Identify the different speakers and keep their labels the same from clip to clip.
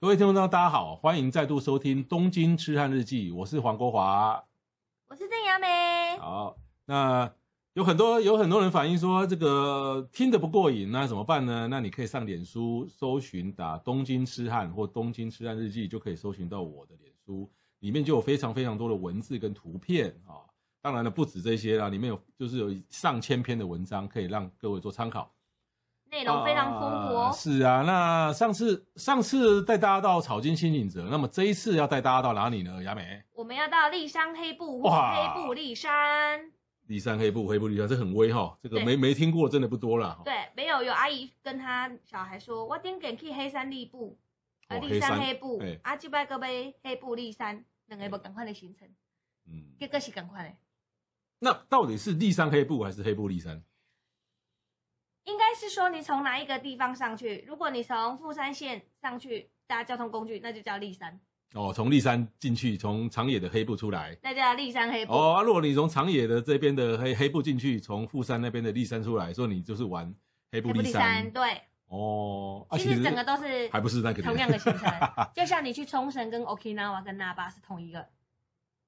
Speaker 1: 各位听众大家好，欢迎再度收听《东京痴汉日记》，我是黄国华。
Speaker 2: 我是郑雅美，
Speaker 1: 好，那有很多有很多人反映说，这个听得不过瘾，那怎么办呢？那你可以上脸书搜寻打“东京痴汉”或“东京痴汉日记”，就可以搜寻到我的脸书，里面就有非常非常多的文字跟图片啊、当然了，不止这些啦，里面有就是有上千篇的文章，可以让各位做参考。
Speaker 2: 内容非常丰富
Speaker 1: 啊
Speaker 2: 哦。
Speaker 1: 是啊，那上次上次带大家到草金新影泽，那么这一次要带大家到哪里呢？雅美，
Speaker 2: 我们要到立山黑部或
Speaker 1: 哇
Speaker 2: 黑部立山，
Speaker 1: 第三黑布黑布绿山，这很威哈，这个
Speaker 2: 对
Speaker 1: 没没听过，真的不多啦。哈
Speaker 2: 对，没有有阿姨跟她小孩说，我顶天去黑山立部，呃，
Speaker 1: 哦
Speaker 2: 立山
Speaker 1: 黑
Speaker 2: 黑部
Speaker 1: 嘿，
Speaker 2: 啊，即摆个要黑部立山，两个无同款的行程，
Speaker 1: 嗯，
Speaker 2: 结果是同款的，
Speaker 1: 那到底是立山黑布还是黑布立山？
Speaker 2: 应该是说你从哪一个地方上去，如果你从富山县上去搭交通工具，那就叫立山，
Speaker 1: 哦，从立山进去，从长野的黑布出来。
Speaker 2: 那叫立山黑部。
Speaker 1: 哦，啊、如果你从长野的这边的黑黑布进去，从富山那边的立山出来，说你就是玩黑布
Speaker 2: 黑部
Speaker 1: 立
Speaker 2: 立
Speaker 1: 山
Speaker 2: 山，。对，
Speaker 1: 哦，啊、
Speaker 2: 其实整个都是
Speaker 1: 还不是那个，
Speaker 2: 同样的行程就像你去冲绳跟 Okinawa 跟那霸是同一个，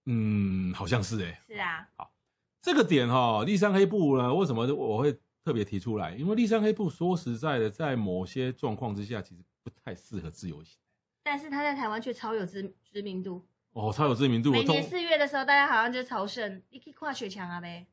Speaker 1: 嗯，好像是哎、
Speaker 2: 是啊，
Speaker 1: 这个点哈、立山黑布呢，为什么我会特别提出来？因为立山黑布说实在的，在某些状况之下，其实不太适合自由行。
Speaker 2: 但是他在台湾却超有知知名度。
Speaker 1: 哦，超有知名度。
Speaker 2: 每
Speaker 1: 我通
Speaker 2: 年四月的时候，大家好像就朝圣，你可以跨雪墙啊呗。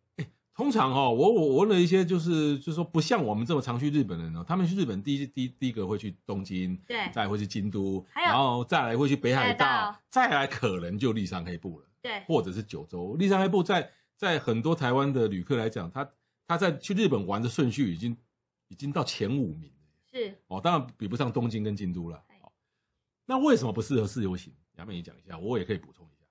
Speaker 1: 通常哈、哦，我我我问了一些，就是就是说不像我们这么常去日本的人哦，他们去日本第一第一第一个会去东京，
Speaker 2: 对
Speaker 1: 再来会去京都，
Speaker 2: 哎还有
Speaker 1: 然后再来会去北海
Speaker 2: 北海
Speaker 1: 道
Speaker 2: 道，
Speaker 1: 再来可能就立山黑部了，
Speaker 2: 对，
Speaker 1: 或者是九州。立山黑部在在很多台湾的旅客来讲，他他在去日本玩的顺序已经已经到前五名了。
Speaker 2: 是
Speaker 1: 哦，当然比不上东京跟京都了
Speaker 2: 对。
Speaker 1: 哦，那为什么不适合自由行？杨美你讲一下，我也可以补充一下。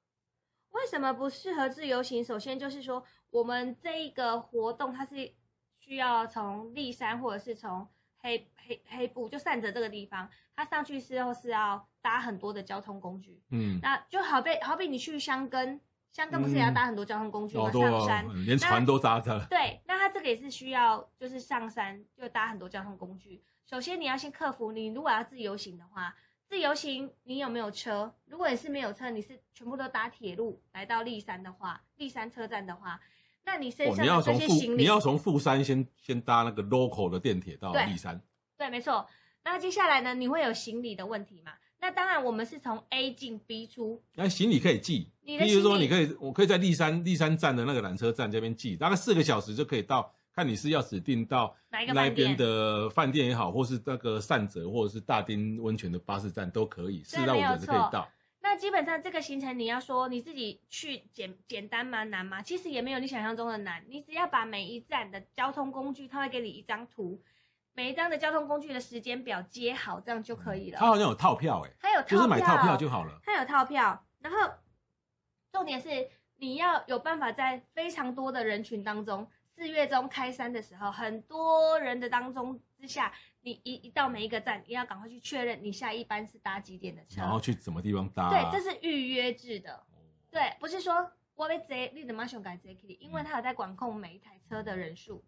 Speaker 2: 为什么不适合自由行？首先就是说，我们这一个活动它是需要从立山或者是从黑黑黑部就散着这个地方，它上去之后是要搭很多的交通工具。
Speaker 1: 嗯，
Speaker 2: 那就好比好比你去香根，香根不是也要搭很多交通工具吗？
Speaker 1: 多
Speaker 2: 上山，
Speaker 1: 嗯连船都搭着了。
Speaker 2: 对，那它这个也是需要，就是上山就搭很多交通工具。首先你要先克服，你如果要自由行的话，自由行你有没有车？如果你是没有车，你是全部都搭铁路来到立山的话，立山车站的话，那你身
Speaker 1: 哦，
Speaker 2: 上
Speaker 1: 你要
Speaker 2: 的这
Speaker 1: 从
Speaker 2: 些
Speaker 1: 富
Speaker 2: 行
Speaker 1: 你
Speaker 2: 李，
Speaker 1: 要从富山先先搭那个 local 的电铁到
Speaker 2: 对
Speaker 1: 立山，
Speaker 2: 对，没错。那接下来呢，你会有行李的问题嘛？那当然，我们是从 A 进 B 出，
Speaker 1: 那行李可以寄，
Speaker 2: 你的
Speaker 1: 例如说
Speaker 2: 行李
Speaker 1: 你可以，我可以在立山立山站的那个缆车站这边寄，大概四个小时就可以到。看你是要指定到
Speaker 2: 哪一个
Speaker 1: 那
Speaker 2: 饭
Speaker 1: 边
Speaker 2: 店？
Speaker 1: 的饭店也好，或是那个善泽或者是大町温泉的巴士站都可以，四
Speaker 2: 对
Speaker 1: 到五
Speaker 2: 没有
Speaker 1: 小时可以
Speaker 2: 错
Speaker 1: 到。
Speaker 2: 那基本上这个行程你要说你自己去简简单吗？难吗？其实也没有你想象中的难，你只要把每一站的交通工具，它会给你一张图，每一张的交通工具的时间表接好，这样就可以了。
Speaker 1: 嗯它好像有套票哎、
Speaker 2: 它有套票，
Speaker 1: 就是买套票就好了。
Speaker 2: 它有套票，然后重点是你要有办法在非常多的人群当中，四月中开山的时候，很多人的当中之下，你一一到每一个站，你要赶快去确认你下一班是搭几点的车。
Speaker 1: 然后去什么地方搭、
Speaker 2: 对
Speaker 1: 啊？，哦
Speaker 2: 这是预约制的。对，不是说我被贼，你怎么想改贼 k 因为他有在管控每一台车的人数。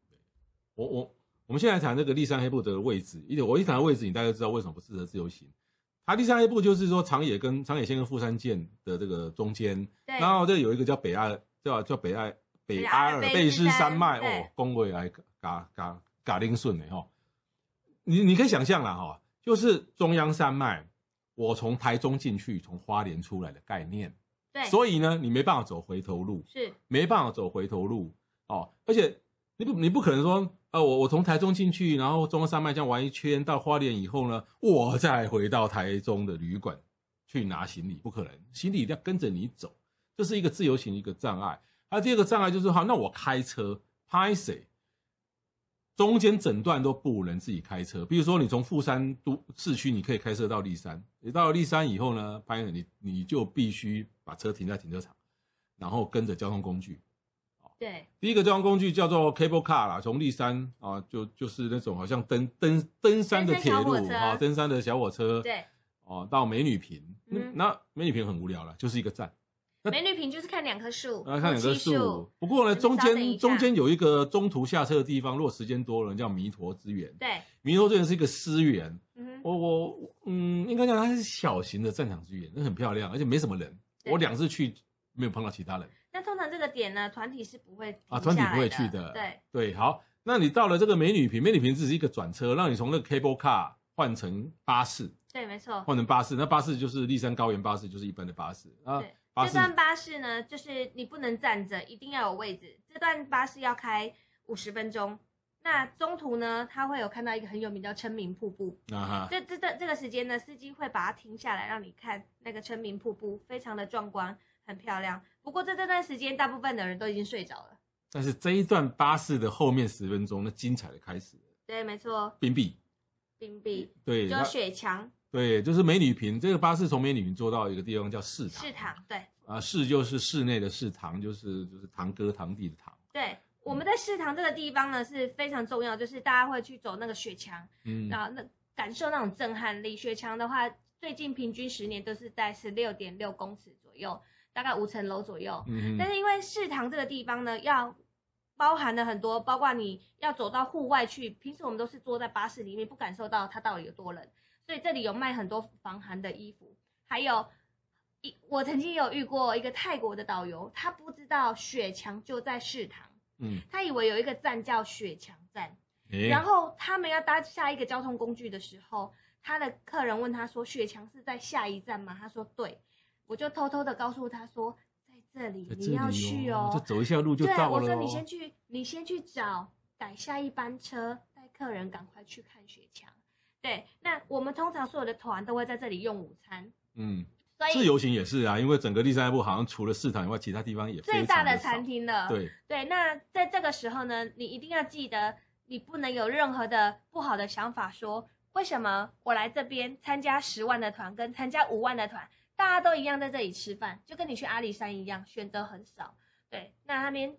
Speaker 1: 我我我们现在谈这个立山黑部的位置，一点我一谈位置，你大概就知道为什么不适合自由行。它立山黑部就是说长野跟长野县跟富山县的这个中间，
Speaker 2: 对，
Speaker 1: 然后这有一个叫北阿叫叫北阿北阿尔
Speaker 2: 北阿尔
Speaker 1: 卑
Speaker 2: 卑
Speaker 1: 斯
Speaker 2: 斯
Speaker 1: 山
Speaker 2: 山
Speaker 1: 脉
Speaker 2: 对
Speaker 1: 哦，恭维来嘎嘎嘎丁顺的哈。你你可以想象啦哈、就是中央山脉，我从台中进去，从花莲出来的概念，
Speaker 2: 对，
Speaker 1: 所以呢，你没办法走回头路。
Speaker 2: 是
Speaker 1: 没办法走回头路哦。而且你不你不可能说，呃，我我从台中进去，然后中央山脉这样玩一圈，到花莲以后呢，我再回到台中的旅馆去拿行李，不可能，行李一定要跟着你走，这是一个自啊由行的一个障碍。那、第二个障碍就是，好，那我开车拍谁？中间整段都不能自己开车。比如说，你从富山都市区，你可以开车到立山，你到了立山以后呢，拍你你就必须把车停在停车场，然后跟着交通工具。
Speaker 2: 对，
Speaker 1: 第一个交通工具叫做 cable car 啦，从立山啊，就就是那种好像登登登山的
Speaker 2: 登山
Speaker 1: 铁
Speaker 2: 小
Speaker 1: 路
Speaker 2: 火车
Speaker 1: 啊，登山的小火车，
Speaker 2: 对，
Speaker 1: 哦，到美女坪，那
Speaker 2: 嗯
Speaker 1: 那美女坪很无聊了，就是一个站。那啊
Speaker 2: 美女瓶就是看两棵树，
Speaker 1: 然后看两棵
Speaker 2: 夫妻
Speaker 1: 树，，不过呢，
Speaker 2: 你
Speaker 1: 中
Speaker 2: 稍等一
Speaker 1: 间
Speaker 2: 下
Speaker 1: 中间有一个中途下车的地方，如果时间多了，叫弥陀之园。
Speaker 2: 对，
Speaker 1: 弥陀之园是一个私园，
Speaker 2: 嗯哼，
Speaker 1: 我我嗯，应该讲它是小型的战场之园，那很漂亮，而且没什么人。
Speaker 2: 对
Speaker 1: 我两次去没有碰到其他人
Speaker 2: 那通常这个点呢，团体是不会
Speaker 1: 啊，
Speaker 2: 停
Speaker 1: 团体
Speaker 2: 下来
Speaker 1: 不会去的。
Speaker 2: 对，
Speaker 1: 对，好，那你到了这个美女坪，美女坪只是一个转车，让你从那个 cable car 换成巴士，
Speaker 2: 对，没错。
Speaker 1: 换成巴士，那巴士就是立山高原巴士，就是一般的巴士啊
Speaker 2: 对。
Speaker 1: 巴
Speaker 2: 这
Speaker 1: 士
Speaker 2: 段巴士呢，就是你不能站着，一定要有位置。这段巴士要开五十分钟。那中途呢，他会有看到一个很有名叫称名瀑布。
Speaker 1: 啊哈，
Speaker 2: 这这这这个时间呢，司机会把它停下来，让你看那个称名瀑布，非常的壮观，很漂亮。不过在这段时间，大部分的人都已经睡着了。
Speaker 1: 但是这一段巴士的后面十分钟，那精彩的开始了，
Speaker 2: 对，没错，
Speaker 1: 冰壁，
Speaker 2: 冰壁
Speaker 1: 对，
Speaker 2: 就
Speaker 1: 它
Speaker 2: 雪墙
Speaker 1: 对，就是美女坪。这个巴士从美女坪坐到一个地方叫市堂，
Speaker 2: 市场，对
Speaker 1: 啊，市就是室内的市堂，就是就是堂哥堂弟的堂，
Speaker 2: 对。我们在市场这个地方呢是非常重要，就是大家会去走那个雪墙。
Speaker 1: 嗯，
Speaker 2: 然后那感受那种震撼力。雪墙的话，最近平均十年都是在十六点六公尺左右，大概五层楼左右。
Speaker 1: 嗯
Speaker 2: 但
Speaker 1: 哼，
Speaker 2: 是因为市堂这个地方呢，要包含了很多，包括你要走到户外去，平时我们都是坐在巴士里面，不感受到它到底有多冷，所以这里有卖很多防寒的衣服，还有。一我曾经有遇过一个泰国的导游，他不知道雪墙就在市堂，
Speaker 1: 嗯，哎
Speaker 2: 他以为有一个站叫雪墙站，
Speaker 1: 诶
Speaker 2: 然后他们要搭下一个交通工具的时候，他的客人问他说：“雪墙是在下一站吗？”他说：“对。”我就偷偷的告诉他说：“在这里，
Speaker 1: 在这
Speaker 2: 你
Speaker 1: 里
Speaker 2: 要去哦。
Speaker 1: 就走一下路就
Speaker 2: 对，
Speaker 1: 到了、哦。
Speaker 2: 我说：“你先去，你先去找改下一班车，带客人赶快去看雪墙。”对，那我们通常所有的团都会在这里用午餐，
Speaker 1: 嗯，
Speaker 2: 所
Speaker 1: 自
Speaker 2: 以
Speaker 1: 由行也是啊，因为整个第三部好像除了市场以外，其他地方也
Speaker 2: 最大的餐
Speaker 1: 餐厅，
Speaker 2: 厅了。
Speaker 1: 对，
Speaker 2: 对，那在这个时候呢，你一定要记得，你不能有任何的不好的想法说，为什么我来这边参加十万的团跟参加五万的团，大家都一样在这里吃饭，就跟你去阿里山一样，选择很少。对，那那边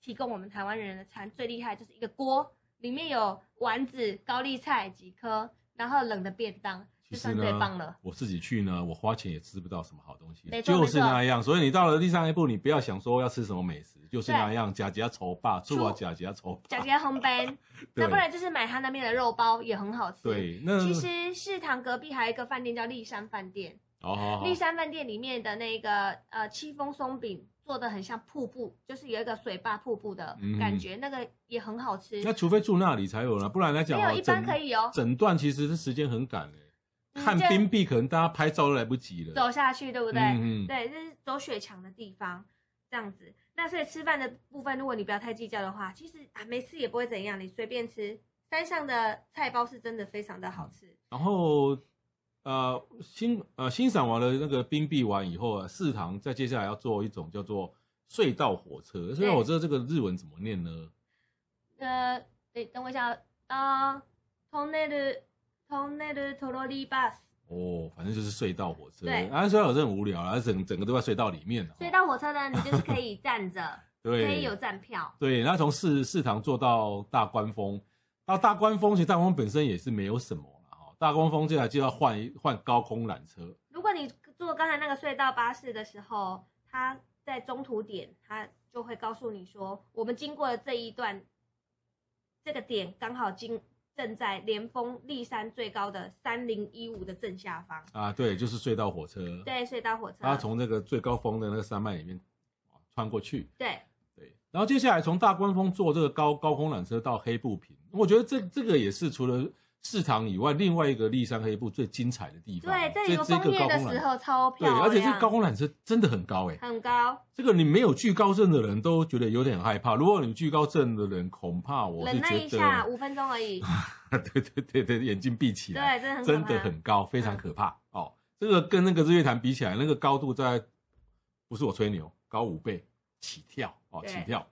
Speaker 2: 提供我们台湾人的餐最厉害就是一个锅，里面有丸子、高丽菜几颗，然后冷的便当，
Speaker 1: 其
Speaker 2: 就
Speaker 1: 实
Speaker 2: 算最棒
Speaker 1: 呢
Speaker 2: 了。，
Speaker 1: 我自己去呢，我花钱也吃不到什么好东西
Speaker 2: 没，错
Speaker 1: 就是
Speaker 2: 没错
Speaker 1: 那样。所以你到了第三步，你不要想说要吃什么美食，就是
Speaker 2: 对
Speaker 1: 那样。假假愁霸，
Speaker 2: 出
Speaker 1: 做啊假假愁霸
Speaker 2: 假。节烘焙，
Speaker 1: 对
Speaker 2: 那不然就是买他那边的肉包也很好吃。。
Speaker 1: 对，那
Speaker 2: 其实市堂隔壁还有一个饭店叫丽山饭店，
Speaker 1: 好好好
Speaker 2: 丽，山饭店里面的那个呃戚风松饼做的很像瀑布，就是有一个水坝瀑布的感觉，那个也很好吃。
Speaker 1: 嗯那除非住那里才有了，不然来讲
Speaker 2: 没有
Speaker 1: 哦，
Speaker 2: 一
Speaker 1: 整
Speaker 2: 般可以哦，
Speaker 1: 整段其实是时间很赶诶，
Speaker 2: 嗯
Speaker 1: 看
Speaker 2: 这
Speaker 1: 冰壁可能大家拍照都来不及了。
Speaker 2: 走下去对不对？
Speaker 1: 嗯嗯
Speaker 2: 对，这是走雪墙的地方，这样子。那所以吃饭的部分，如果你不要太计较的话，其实啊没吃也不会怎样，你随便吃。山上的菜包是真的非常的好吃，
Speaker 1: 然后呃欣呃欣赏完了那个冰壁完以后啊，四堂再接下来要做一种叫做隧道火车。隧道火车这个日文怎么念呢？
Speaker 2: 呃，对，等我一下啊，通内的通内的陀罗利巴士。
Speaker 1: 哦，反正就是隧道火车。
Speaker 2: 对
Speaker 1: 啊，隧道火车很无聊啊，整整个都在隧道里面啊。
Speaker 2: 所以到火车呢，你就是可以站着，可
Speaker 1: 对，
Speaker 2: 以有站票，
Speaker 1: 对，那从四四堂坐到大关峰，到大关峰，其实大关峰本身也是没有什么了哈。大关峰接下来就要换一换高空缆车，
Speaker 2: 如果你坐刚才那个隧道巴士的时候，它在中途点，它就会告诉你说，我们经过了这一段，这个点刚好经正在连峰立山最高的三零一五的正下方。
Speaker 1: 啊，对，就是隧道火车，
Speaker 2: 对，隧道火车。
Speaker 1: 它从那个最高峰的那个山脉里面啊穿过去，
Speaker 2: 对
Speaker 1: 对，然后接下来从大关峰坐这个高高空缆车到黑布坪，我觉得这这个也是除了市堂以外，另外一个立山黑部最精彩的地方，
Speaker 2: 对，这里有
Speaker 1: 这
Speaker 2: 枫
Speaker 1: 个
Speaker 2: 叶
Speaker 1: 高
Speaker 2: 的
Speaker 1: 空缆
Speaker 2: 时
Speaker 1: 车，
Speaker 2: 候超
Speaker 1: 对，
Speaker 2: 漂亮，
Speaker 1: 而且这个高空缆车真的很高哎、
Speaker 2: 很高，
Speaker 1: 这个你没有惧高症的人都觉得有点害怕，如果你惧高症的人，恐怕我是
Speaker 2: 忍耐一
Speaker 1: 觉
Speaker 2: 下，
Speaker 1: 得，
Speaker 2: 五分钟而已。
Speaker 1: 对对对对，眼睛闭起来，
Speaker 2: 对，真的很可
Speaker 1: 真的
Speaker 2: 怕
Speaker 1: 很高，非
Speaker 2: 嗯
Speaker 1: 常可怕、哦。这个跟那个日月潭比起来，那个高度在不是我吹牛，高五倍起跳哦，
Speaker 2: 对
Speaker 1: 起跳。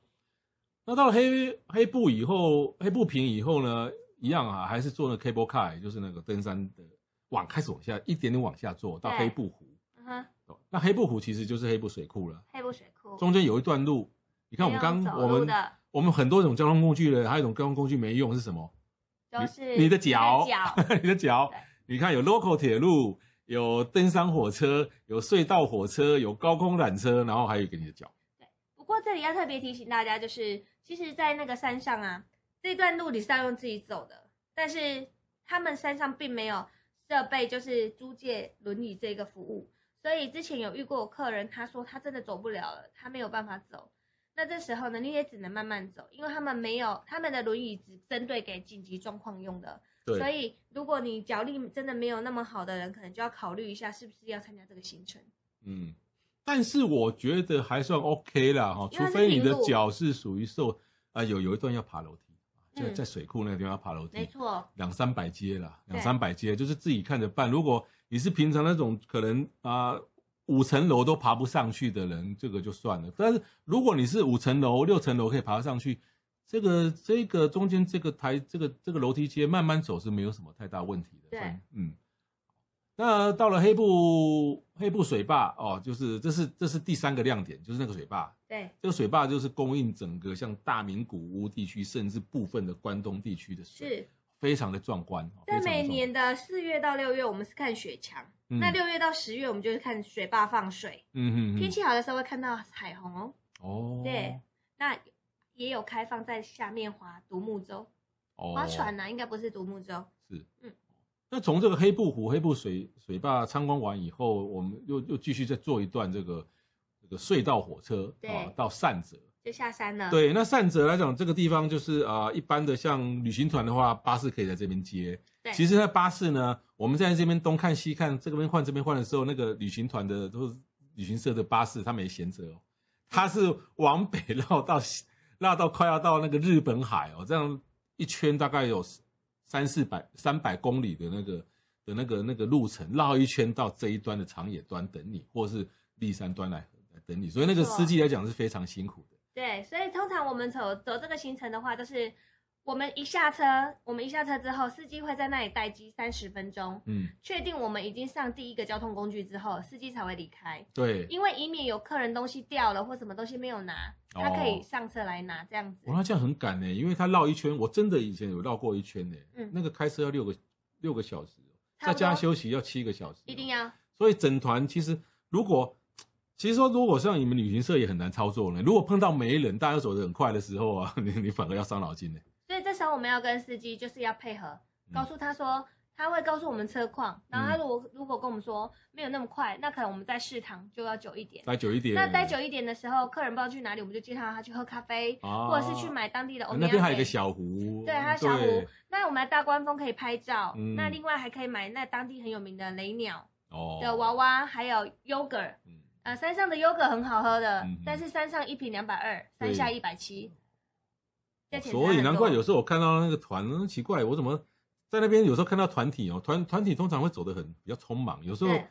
Speaker 1: 那到了黑黑布以后，黑布平以后呢，一样啊，还是做那 cable car，就是那个登山的往开始往下一点点往下做到
Speaker 2: 对
Speaker 1: 黑布湖。
Speaker 2: 嗯哼，
Speaker 1: 哦那黑布湖其实就是黑布水库了，
Speaker 2: 黑布水库。
Speaker 1: 中间有一段路，你看我们刚
Speaker 2: 没有走
Speaker 1: 我
Speaker 2: 路
Speaker 1: 们
Speaker 2: 的
Speaker 1: 我们很多种交通工具了，还有一种交通工具没用是什么？
Speaker 2: 就是
Speaker 1: 你的脚
Speaker 2: 你的脚
Speaker 1: 你的脚
Speaker 2: 对。
Speaker 1: 你看有 local 铁路，有登山火车，有隧道火车，有高空缆车，然后还有一个你的脚。
Speaker 2: 不过这里要特别提醒大家，就是其实，在那个山上啊，这段路你是要用自己走的，但是他们山上并没有设备，就是租借轮椅这个服务，所以之前有遇过有客人，他说他真的走不了了，他没有办法走。那这时候呢，你也只能慢慢走，因为他们没有他们的轮椅只针对给紧急状况用的，所
Speaker 1: 对，
Speaker 2: 以如果你脚力真的没有那么好的人，可能就要考虑一下是不是要参加这个行程。
Speaker 1: 嗯，但是我觉得还算 OK 啦哈，
Speaker 2: 因
Speaker 1: 除
Speaker 2: 为它是
Speaker 1: 非你的
Speaker 2: 平路
Speaker 1: 脚是属于受啊、有有一段要爬楼梯，就
Speaker 2: 嗯
Speaker 1: 在水库那个地方要爬楼梯，
Speaker 2: 没错，
Speaker 1: 两三百阶啦，
Speaker 2: 对
Speaker 1: 两三百阶就是自己看着办。如果你是平常那种可能啊、五层楼都爬不上去的人，这个就算了。但是如果你是五层楼、六层楼可以爬上去，这个这个中间这个台这个这个楼梯阶慢慢走是没有什么太大问题的。
Speaker 2: 对
Speaker 1: 反，嗯。那到了黑布黑布水坝哦，就是这是这是第三个亮点，就是那个水坝。
Speaker 2: 对，
Speaker 1: 这个水坝就是供应整个像大名古屋地区，甚至部分的关东地区的水。
Speaker 2: 是。
Speaker 1: 非常的壮观。非
Speaker 2: 在
Speaker 1: 常的壮
Speaker 2: 每
Speaker 1: 观
Speaker 2: 年的四月到六月，我们是看雪墙；
Speaker 1: 嗯
Speaker 2: 那六月到十月，我们就是看水坝放水。
Speaker 1: 嗯嗯嗯
Speaker 2: 天气好的时候会看到彩虹哦。
Speaker 1: 哦，
Speaker 2: 对，那也有开放在下面划独木舟、
Speaker 1: 哦
Speaker 2: 划船啊呢、应该不是独木舟。
Speaker 1: 是
Speaker 2: 嗯。
Speaker 1: 那从这个黑布湖、黑布水水坝参观完以后，我们又又继续再做一段这个这个隧道火车
Speaker 2: 对啊
Speaker 1: 啊到善泽。
Speaker 2: 就下山了。，
Speaker 1: 对，那善泽来讲，这个地方就是啊、呃一般的像旅行团的话，巴士可以在这边接。
Speaker 2: 对
Speaker 1: 其实那巴士呢，我们在这边东看西看，这边换这边换的时候，那个旅行团的都是旅行社的巴士，他们也闲着哦，他是往北绕到西 绕到快要到那个日本海哦，这样一圈大概有三四百三百公里的那个的那个那个路程，绕一圈到这一端的长野端等你，或是立山端来来等你，所以那个
Speaker 2: 没错
Speaker 1: 司机来讲是非常辛苦的。
Speaker 2: 对，所以通常我们走走这个行程的话，就是我们一下车，我们一下车之后，司机会在那里待机三十分钟，
Speaker 1: 嗯，
Speaker 2: 确定我们已经上第一个交通工具之后，司机才会离开。
Speaker 1: 对，
Speaker 2: 因为以免有客人东西掉了或什么东西没有拿，
Speaker 1: 哦
Speaker 2: 他可以上车来拿这样子。
Speaker 1: 我那这样很赶呢、因为他绕一圈，我真的以前有绕过一圈呢、
Speaker 2: 嗯
Speaker 1: 那个开车要六个六个小时，哦
Speaker 2: 差
Speaker 1: 在
Speaker 2: 不多
Speaker 1: 家休息要七个小时，哦
Speaker 2: 一定。要
Speaker 1: 所以整团其实如果其实说如果像你们旅行社也很难操作呢。如果碰到没人，大家都走得很快的时候啊，你你反而要伤脑筋呢、
Speaker 2: 所以这时候我们要跟司机就是要配合，
Speaker 1: 嗯
Speaker 2: 告诉他说他会告诉我们车况，然后他如果、如果跟我们说没有那么快，那可能我们在试堂就要久一点。
Speaker 1: 待久一点，
Speaker 2: 那待久一点的时候，客人不知道去哪里，我们就介绍他去喝咖啡，
Speaker 1: 啊
Speaker 2: 或者是去买当地的欧米
Speaker 1: 那
Speaker 2: 茄。
Speaker 1: 边还有一个小湖，
Speaker 2: 对，还有小湖
Speaker 1: 对。
Speaker 2: 那我们的大观峰可以拍照，
Speaker 1: 嗯
Speaker 2: 那另外还可以买那当地很有名的雷鸟
Speaker 1: 哦
Speaker 2: 的娃，娃，还有 yogurt。
Speaker 1: 嗯
Speaker 2: 呃，山上的优格很好喝的，
Speaker 1: 嗯哼
Speaker 2: 但是山上一瓶两百二，山下一百七，价钱差
Speaker 1: 哦所以
Speaker 2: 很
Speaker 1: 难怪
Speaker 2: 多
Speaker 1: 有时候我看到那个团，嗯奇怪，我怎么在那边有时候看到团体哦，团团体通常会走得很比较匆忙，有时候
Speaker 2: 对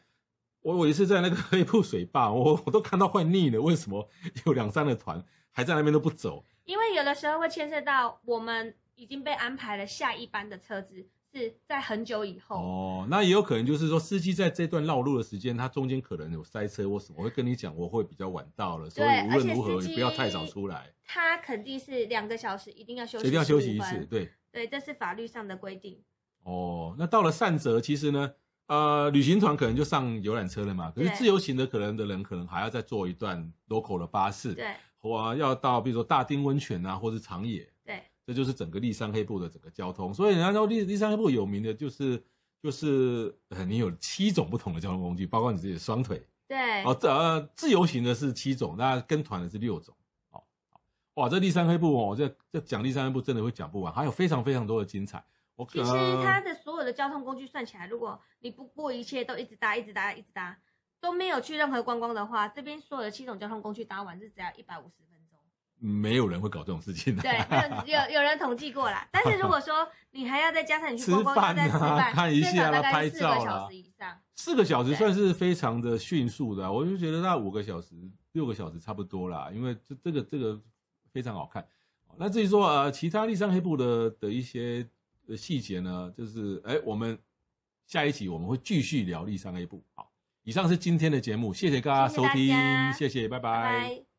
Speaker 1: 我我也是在那个 黑瀑水坝，我我都看到快腻了，为什么 有两三个团还在那边都不走？
Speaker 2: 因为有的时候会牵涉到我们已经被安排了下一班的车子是在很久以后，
Speaker 1: 哦，那也有可能就是说司机在这段绕路的时间，他中间可能有塞车或什么，我会跟你讲我会比较晚到了，所以
Speaker 2: 对
Speaker 1: 无
Speaker 2: 而且
Speaker 1: 论如何
Speaker 2: 司机
Speaker 1: 也不要太早出来，
Speaker 2: 他肯定是两个小时一定要休
Speaker 1: 一
Speaker 2: 息，
Speaker 1: 定要休息一次，
Speaker 2: 次。
Speaker 1: 对。
Speaker 2: 对，这是法律上的规定。
Speaker 1: 哦，那到了善泽，其实呢，呃，旅行团可能就上游览车了嘛，可是
Speaker 2: 对
Speaker 1: 自由行的可能的人可能还要再坐一段 local 的巴士，
Speaker 2: 对
Speaker 1: 或要到比如说大丁温泉啊，或是长野，
Speaker 2: 对，
Speaker 1: 这就是整个立山黑部的整个交通。所以人家说立立山黑部有名的就是就是呃你有七种不同的交通工具，包括你自己的双腿，
Speaker 2: 对，
Speaker 1: 哦，这呃，自由行的是七种，那跟团的是六种。哦，好哇，这第三黑部哦，我这这讲第三黑部真的会讲不完，还有非常非常多的精彩。我
Speaker 2: 其实
Speaker 1: 呃
Speaker 2: 它的所有的交通工具算起来，如果你不顾一切都一直搭、一直搭、一直搭，都没有去任何观光的话，这边所有的七种交通工具搭完是只要一百五十分钟。
Speaker 1: 嗯没有人会搞这种事情的、
Speaker 2: 对，没有有有人统计过啦。但是如果说你还要再加上你去观光，
Speaker 1: 吃饭啊
Speaker 2: 再吃饭，
Speaker 1: 看一下
Speaker 2: 至少大
Speaker 1: 啦拍
Speaker 2: 概四
Speaker 1: 照啦
Speaker 2: 个小时以上。
Speaker 1: 四个小时算是非常的迅速的啊、我就觉得那五个小时、六个小时差不多啦，因为这这个这个非常好看。那至于说呃其他立山黑部的的一些呃细节呢，就是哎我们下一集我们会继续聊立山黑部。好，以上是今天的节目，谢谢大家收听，
Speaker 2: 谢谢大家
Speaker 1: 谢谢，拜
Speaker 2: 拜拜